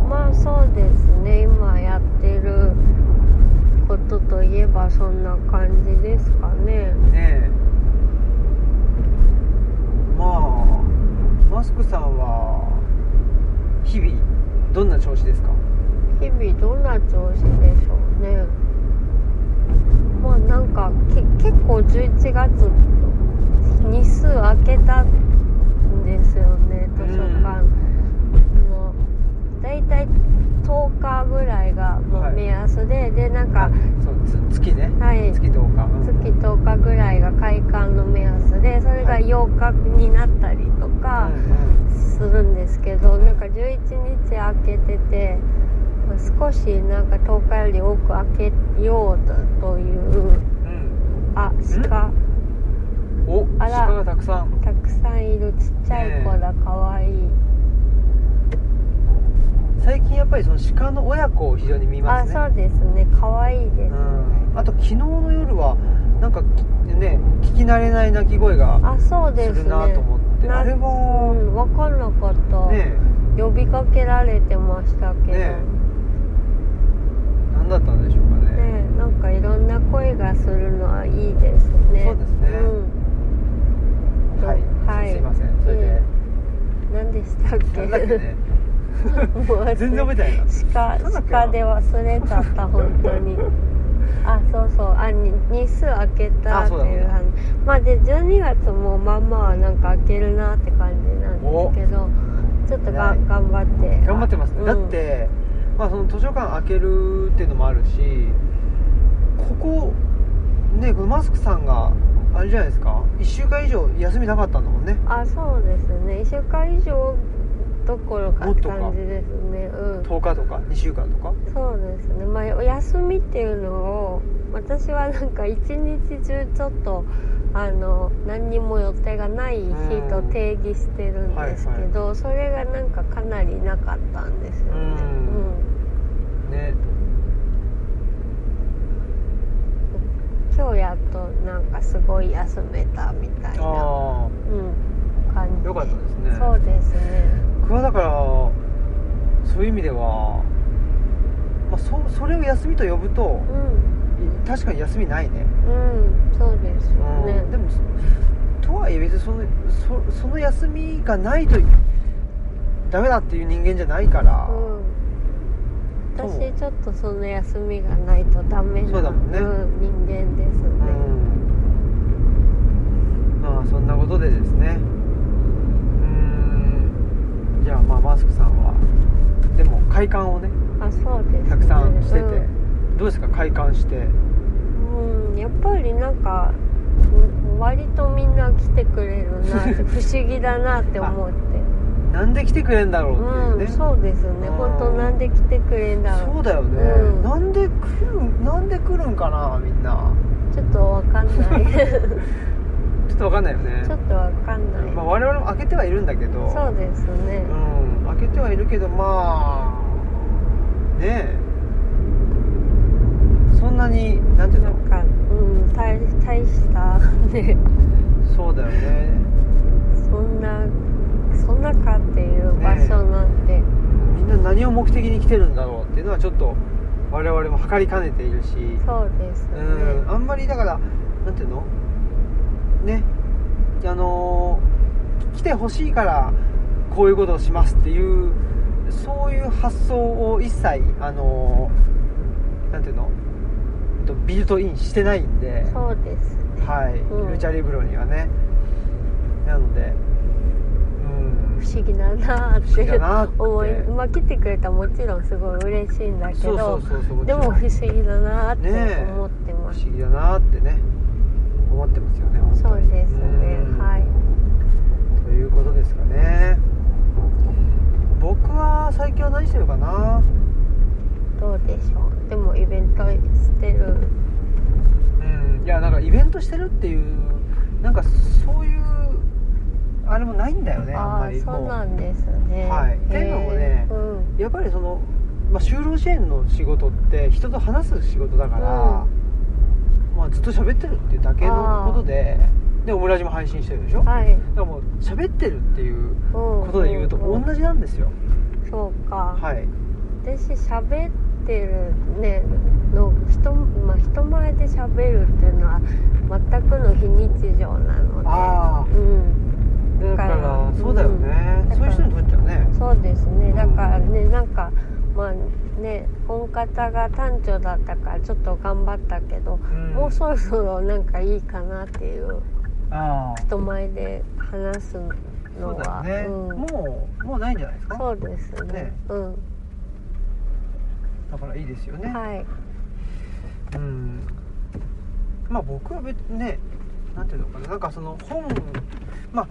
まあそうですね今やってることといえばそんな感じですかね
ねえまあマスクさんは日々どんな調子ですか
日々どんな調子でしょうねまあなんかけ結構11月日数空けたんですよね図書館のだいたい10日ぐらいがもう目安で、でなんか
そうつ月ね
はい
月どうか、うん
月10日ぐらいが開館の目安でそれが8日になったりとか
うん
するんですけどなんか11日空けてて少しなんか10日より多く空けようとという
うん
あ鹿
お
あら
鹿がたくさん
たくさんいるちっちゃい子だかわいい、
最近やっぱりその鹿の親子を非常に見ま
あ
すね
そうですねかわいいです、
うん、あと昨日の夜はなんかきね聞き慣れない鳴き声が
あそうですすね
るなと思って、
な
あれ
う
は
ん分かんなかった、
ね
呼びかけられてましたけど
ね何だったんでしょうかね
ねえなんかいろんな声がするのはいいですね
そうですね
うん、
はい、
はい
すいませんそれで、
何でしたっ
なんだっけ
け
ね
もう忘れ
全然覚えてないな
鹿
なんだっけな
鹿で忘れちゃった本当にあそうそうあに日数開けた
あ
って
そうだ
いう話まあで12月もまあまあなんか開けるなって感じなんですけどちょっとが
はい
頑張って
頑張ってますね、
うん
だって、まあ、その図書館開けるっていうのもあるしここねこのマスクさんがあれじゃないですか1週間以上休みなかったんだもんね
あそうですね1週間以上どころか
も
っ
っと
て
か
感じですねう
10
ん
日とか2週間とか
そうですねまあお休みっていうのを私はなんか一日中ちょっとあの何にも予定がない日と定義してるんですけど、それがなんかかなりなかったんですよね
うんね
うん、今日やっとなんかすごい休めたみたいな、
あ
うん、感じ
あよかったですね
そうですね
僕はだからそういう意味では、まあ、そそれを休みと呼ぶと
うん
い確かに休みないね、
うんそうですよ
うん
ね
でもそとはいえ別にそのそその休みがないとダメだっていう人間じゃないから、
うん
そう
私ちょっとその休みがないとダメな
そうだもんね
うん人間ですね、
うんまあそんなことでですねうーんじゃあまあマスクさんはでも快感をね
あそうです、ね、
たくさんしてて、
うん
どうですか快感して
うんやっぱりなんかうん割とみんな来てくれる なって不思議だなって思って
なんで来てくれんだろう
う
ってい
ん
うね、
そうですね
うん
本当なんで来てくれんだろ
そううだよね、
うん
なんで来るなんで来るんかなみんな
ちょっとわかんない
ちょっとわかんないよね
ちょっとわかんない、
まあ、我々も開けてはいるんだけど
そうですね、
うん開けてはいるけどまあねえそんなになんていう
な
の
んかうん大大したね
そうだよね
そんなそんなかっていう場所なんて、
みんな何を目的に来てるんだろうっていうのはちょっと我々も測りかねているし
そうですね
うんあんまりだからなんていうのねあのー来てほしいからこういうことをしますっていうそういう発想を一切あのーなんていうのえっとビルトインしてないんで
そうです
はい、
うん
ルチャリブロにはねなのでうん
不思議だなー
不思議だ
って
なって
思いまあ来てくれたらもちろんすごい嬉しいんだけど
そうそうそうそう
でも不思議だなーっ
ね
て
え
思って
不
ます、
思議だなってね思ってますよね本当
そう
に
ですね
うん
はい
ということですかね僕は最近は何してるかな
どうでしょうでもイベントしてる
うんいやなんかイベントしてるっていうなんかそういうあれもないんだよねあん
あ
ま
あ
り
そう
も
なんですね
はいっていうのもね
へーうん
うやっぱりその、まあ、就労支援の仕事って人と話す仕事だから、まあ、ずっと喋ってるっていうだけのことででオムラジも配信してるでしょだか
はい、
らもう喋ってるっていう
こ
ことで言うと同じなんですよ、
そうか、
はい
私喋ってるねの人,、まあ、人前で喋るっていうのは全くの非日常なので
あ
うん
あだか
だから
らそうだよね、
うん
そういう人にとっちゃね
そうですねだからねなんかまあね本方が単調だったからちょっと頑張ったけど、
うん
もうそろそろなんかいいかなっていう
ああ
人前で話す
そ
の
うだよ
は
ね、
ん、
もうもうないんじゃないですか
そうですね
ね
うん
だからいいですよね、
はい
うんまあ僕は別にねなんていうのかななんかその本まあ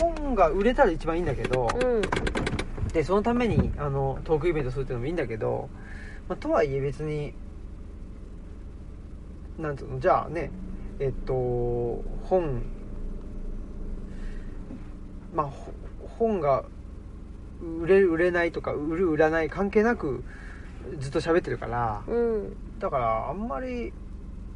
本が売れたら一番いいんだけど、
うん
でそのためにあのトークイベントするっていうのもいいんだけど、まあ、とはいえ別になんていうのじゃあねえっと本まあほ本が売れる売れないとか売る売らない関係なくずっと喋ってるから
うん
だからあんまり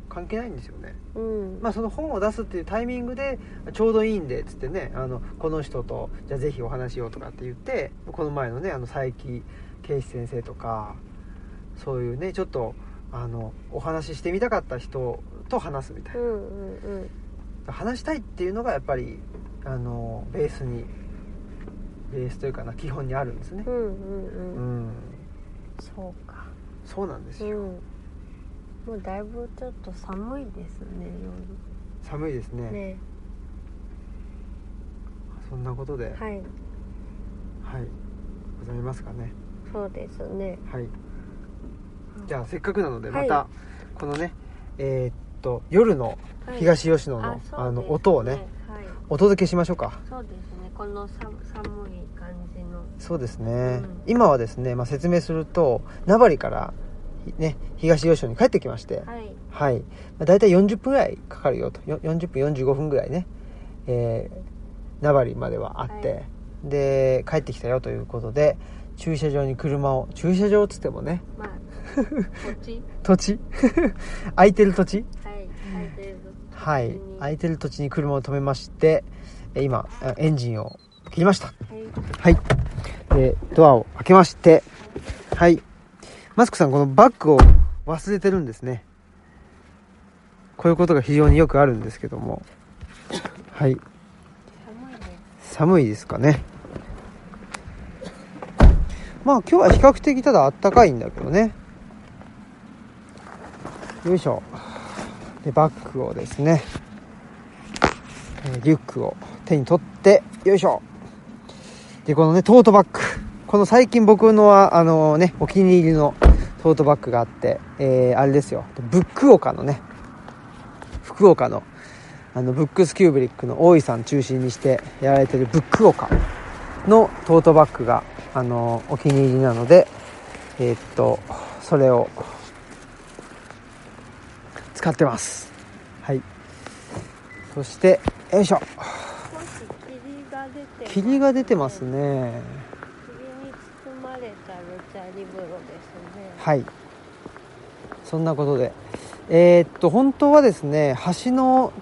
関係ないんですよね
うん
まあ、その本を出すっていうタイミングでちょうどいいんでっつってねあのこの人とじゃあぜひお話しようとかって言ってこの前のねあの佐伯圭史先生とかそういうねちょっとあのお話ししてみたかった人と話すみたいうな、
んうんうん
話したいっていうのがやっぱりあのベースにベースというかな基本にあるんですね
うんう
うん
うん
ん
そうか
そうなんです
う
よ、
んもうだいぶちょっと寒いですね
寒いですね
夜ね
そんなことではい、
はい
ございますかね
そうですね
はいじゃあせっかくなのでま
はい
たこのね、えーっと夜の
はい
東吉野の,、
そうです
あの音をね
はい
お届けしましょうか
そうですねこのさ寒い感じの
そうですね、
うん
今はですね、まあ、説明すると名張からひね東吉野に帰ってきまして、
はい
はい、まあ、大体40分ぐらいかかるよとよ40分45分ぐらいね、えー、名張まではあって、
はい
で帰ってきたよということで駐車場に車を駐車場っつってもね
まあこっち
土地 空いてる土地
はいはいということで
はい空いてる土地に車を止めましてえ今あエンジンを切りました
はい
はいでドアを開けましてはいマスクさんこのバッグを忘れてるんですねこういうことが非常によくあるんですけどもはい
寒いです
寒いですかねまあ今日は比較的ただあったかいんだけどねよいしょでバッグをですねえーリュックを手に取ってよいしょでこのねトートバッグこの最近僕のはあのねお気に入りのトートバッグがあって、えーあれですよブックオカのね福岡のあのブックスキューブリックの大井さん中心にしてやられてるブックオカのトートバッグが、あのお気に入りなので、えーっと、それを使ってます。はい。そして、よいしょ。
少し霧が出てます
霧が出てますね。
霧に包まれたルチャリブロですね
はい。そんなことで。えーっと、本当はですね、橋の、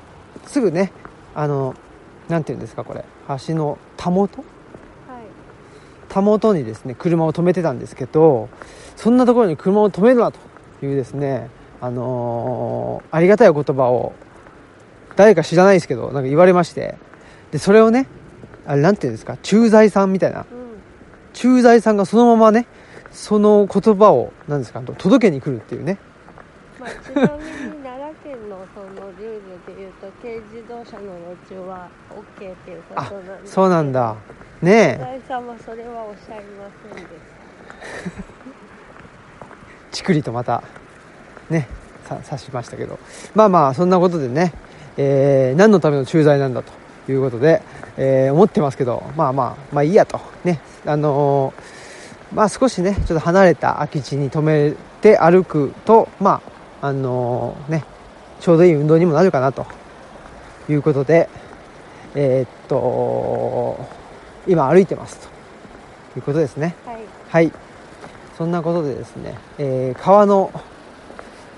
すぐね、あの、なんていうんですか、これ。橋のたもと
はい
たもとにですね車を止めてたんですけどそんなところに車を止めるなというですねあのーありがたいお言葉を誰か知らないですけどなんか言われましてでそれをねあれなんていうんですか駐在さんみたいな
うん
駐在さんがそのままねその言葉をなんですか届けに来るっていうね
まあ、ちなみに奈良県のそのルールでいうと軽自動車の路中は OK っていうことなんです
そうなんだ
お
ねえ
大さんはそれはおっしゃいませんでし
チクリとまたねさ刺しましたけどまあまあそんなことでね、えー何のための駐在なんだということで、えー思ってますけどまあまあまあいいやとねあのーまあ少しねちょっと離れた空き地に止めて歩くとまああのーねちょうどいい運動にもなるかなということでえーっと今歩いてますということですね
たはい
はい。そんなことでですね、えー川の、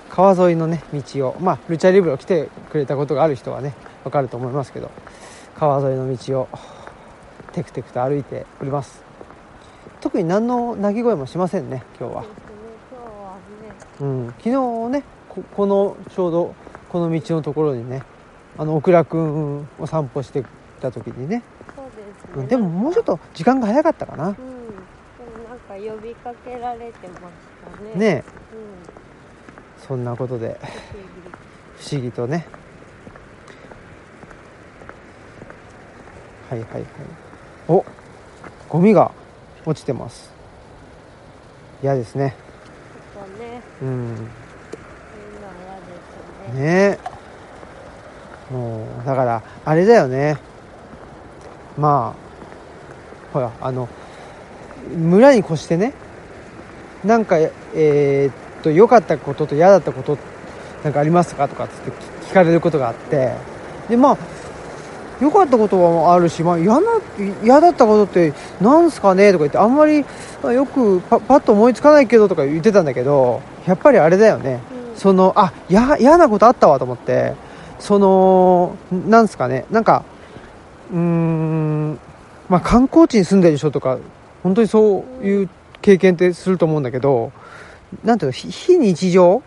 川沿いのね、道を、まあ、ルチャリブロ来てくれたことがある人はね、わかると思いますけど、川沿いの道を、テクテクと歩いております。特に何の鳴き声もしませんね、今日
そう
は
です。ね今日は
う
ね
ん。昨日ね、ここの、ちょうど、この道のところにね、あの、オクラくんを散歩してた時にね、
そうです
う
ね
んでももうちょっと時間が早かったかな
う。んでもなんか呼びかけられてましたね
ねえ
うん
そんなことで、
不思議
不思議とねはいはいはいおゴミが落ちてます嫌ですね
ちょっとね
うんね
みんな嫌ですね
えもうだからあれだよねまあほらあの村に越してねなんかえーっと良かったことと嫌だったことなんかありますかとかっつって聞聞かれることがあってでまあ良かったことはあるし、まあ、嫌な嫌だったことってなんすかねとか言ってあんまりまあよくパパッと思いつかないけどとか言ってたんだけどやっぱりあれだよねそのあや嫌なことあったわと思ってそのなんすかねなんかうーんまあ観光地に住んでる人とか本当にそういう経験ってすると思うんだけどなんていうのひ非日常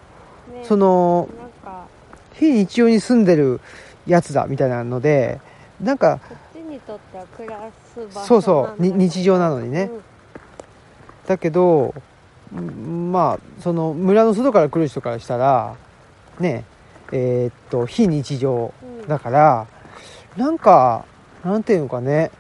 ね
その
なんか
非日常に住んでるやつだみたいなのでなんか
こっちにとっては暮らす場所なんだ
そうそうに日常なのにね
うん
だけどうんまあその村の外から来る人からしたらねえーっと非日常
うん
だからなんかなんていうのかね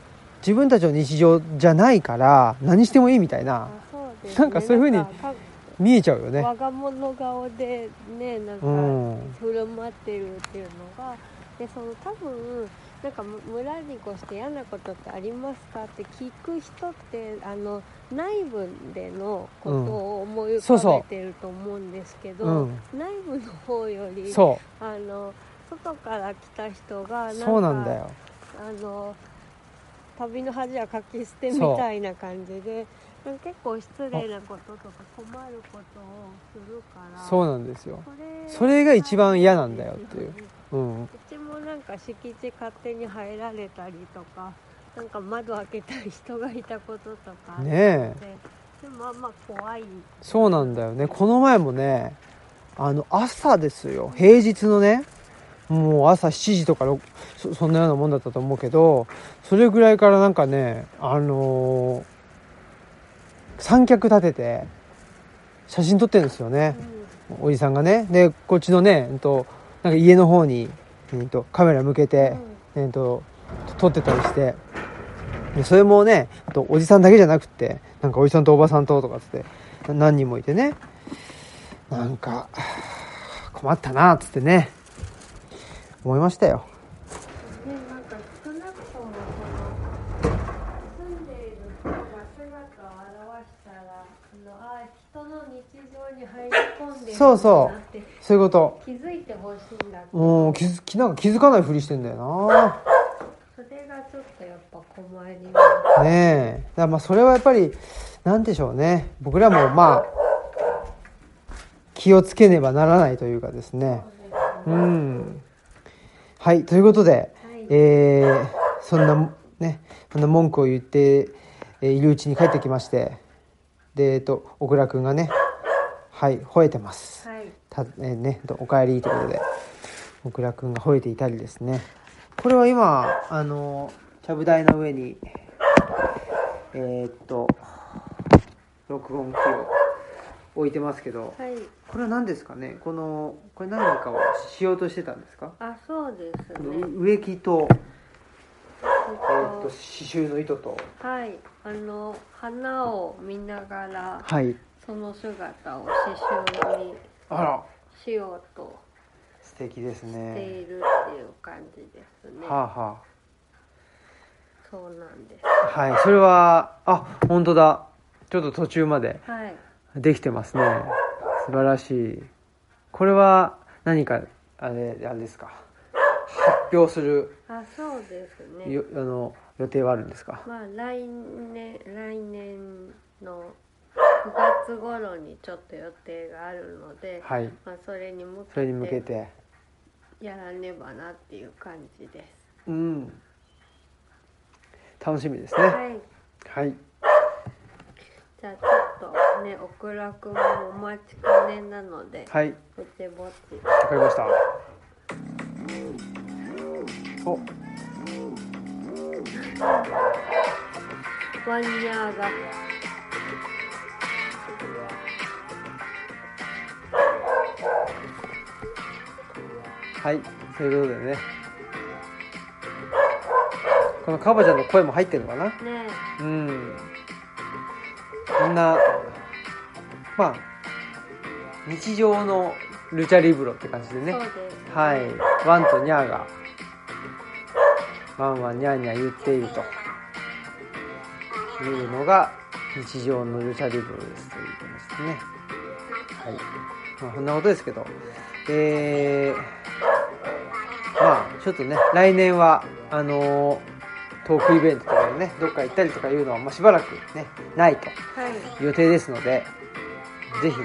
自分たちの日常じゃないから何してもいいみたいな
あそうですね
なんかそういうふうに
なんか
見えちゃうよね
わが物顔でねなんか
うん
振る舞ってるっていうのがでその多分なんかむ村に越して嫌なことってありますかって聞く人ってあの内部でのことを思い
そう
浮
そう
かべてると思うんですけど、
うん
内部の方より
そ
あの外から来た人が
う
なんか
そうなんだよ
あの旅の恥はかき捨てみたいな感じでなんか結構失礼なこととか困ることをするから
そうなんですよ
れ
それが一番嫌なんだよっていううん
うちもなんか敷地勝手に入られたりとかなんか窓開けたり人がいたこととかあっ
ね
て
え
でもあんま怖い
そうなんだよね。この前もね、あの、朝ですよ。平日のね、もう朝7時とかろくそ、そんなようなもんだったと思うけど、それぐらいからなんかね、あのー三脚立てて、写真撮ってるんですよね。おじさんがね。で、こっちのね、えっと、なんか家の方に、えっと、カメラ向けて、えっと、撮ってたりして、でそれもね、あとおじさんだけじゃなくって、なんかおじさんとおばさんととかっつって、な何人もいてね、なんか、はあ困ったな、つってね、思いましたよ。
ね、なんか少なくともその住んでいる人が姿を現したらあのああ人の日常に入り込んでるん
そうそ
だ
う
なって
そういうこと。
気づいてほしいんだけど
うん、気づき、なんか気づかないふりしてんだよ
それがちょっとやっぱ困ります
な。ねえ。だからまあ、それはやっぱり、なんでしょうね。僕らもまあ、気をつけねばならないというかですね。うん。はい、ということで、
はい
えーそんな、ね、そんな文句を言ってえーいるうちに帰ってきまして、で、えっと、小倉くんがね、はい、吠えてます。
はい
た、えーね、 とお帰りということで、小倉くんが吠えていたりですね。これは今、あの、ちゃぶ台の上に、えーっと、録音機を置いてますけど、
はい
これは何ですかねこのこれ何かをしようとしてたんですか
あそうです
この
ね
植木と,、
えっ
えー、と
と
刺繍の糸と
はいあの花を見ながら
はい
その姿を刺繍に
あら
しようと
素敵です
して
ね
いるっていう感じですね、
はあ、は
そうなんです
あ、はいそれはあ本当だちょっと途中まで
はい
できてますね素晴らしいこれは何かあれあれですか発表する
あそうですね
よあの予定はあるんですか
まあ来年来年の9月頃にちょっと予定があるので、
はい
まあ、それに向
それに向け
けて
て
やらねばなっていう感じです
うん楽しみですね
はい
はい
じゃあちょっとねおくらくんもお待ちかねなので
はい
ぼちぼち
わかりました。お、
ワンニャーが
はい、ということでね。このカバちゃんの声も入ってるのかな。
ね
うん。こんな。まあ。日常のルチャリブロって感じでね
そう。ですね
はい、ワンとニャーが。ワンワンニャーニャー言っていると。いうのが。日常のルチャリブロですということですね。はい。まあ、そんなことですけど。えーちょっとね来年はあのートークイベントとかでねどっか行ったりとかいうのは、まあ、しばらくねないと
はい
予定ですのでぜひね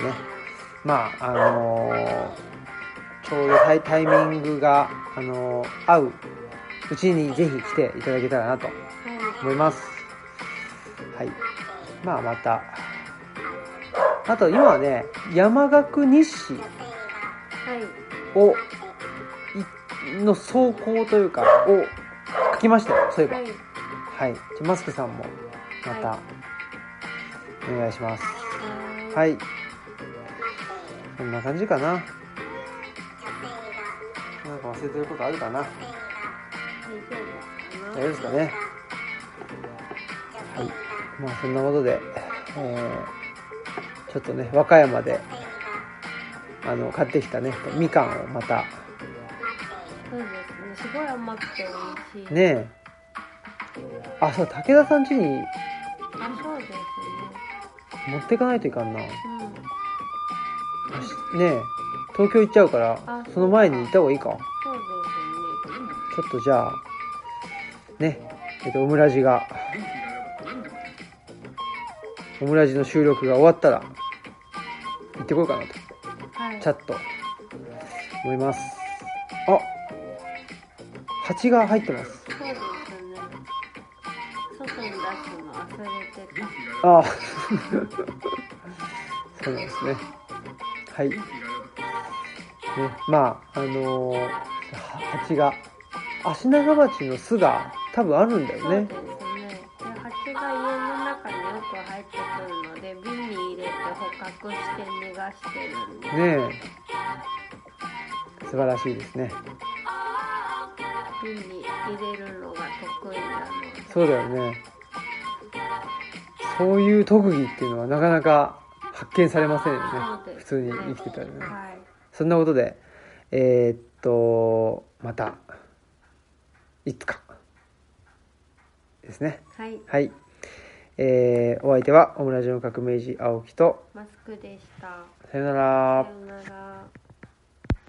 まああのーちょうどタイタイミングが、あのー合ううちにぜひ来ていただけたらなと思いますはいまあまたあと今はね山岳日誌
はいは
を
い
いの走行というかを書きましたよそういえば
は
はいい、じゃあマスクさんもま
は
たお願いします
は
はいいこんな感じかななんか忘れてることあるかな
大丈夫
大
か
丈夫ですかねはいまあそんなことで、えーちょっとね和歌山であの買ってきたねみかんをまた
なそうですねすごい甘くて美味しい
ねえあそう武田さん家に
あそうですね
持ってかないといかんなね
うん
え東京行っちゃうから
あ
その前に行った方がいいか
そうですね
ちょっとじゃあねえっとオムラジがオムラジの収録が終わったら行ってこようかなと
はい
チャット思いますあ蜂が入ってます
そうですね。外に出すの忘れてた。
ああ そうなんですねはいねまああのーは蜂が足長鉢の巣が多分あるんだよ
そう
ね
ですね。で、蜂が家の中によく入ってくるので、瓶に入れて捕獲して逃がしてるんで。
ねえ素晴らしいですね
瓶に入れるのが得意なので。
そうだよねそういう特技っていうのはなかなか発見されませんよ
そう
ね普
ですね
通に生きてたらね
はい。
そんなことでえーっとまたいつかですね
はい。
はいえーお相手はオムラジオの革命児青木と
マスクでした。
さよな
さ
ら
ようなら。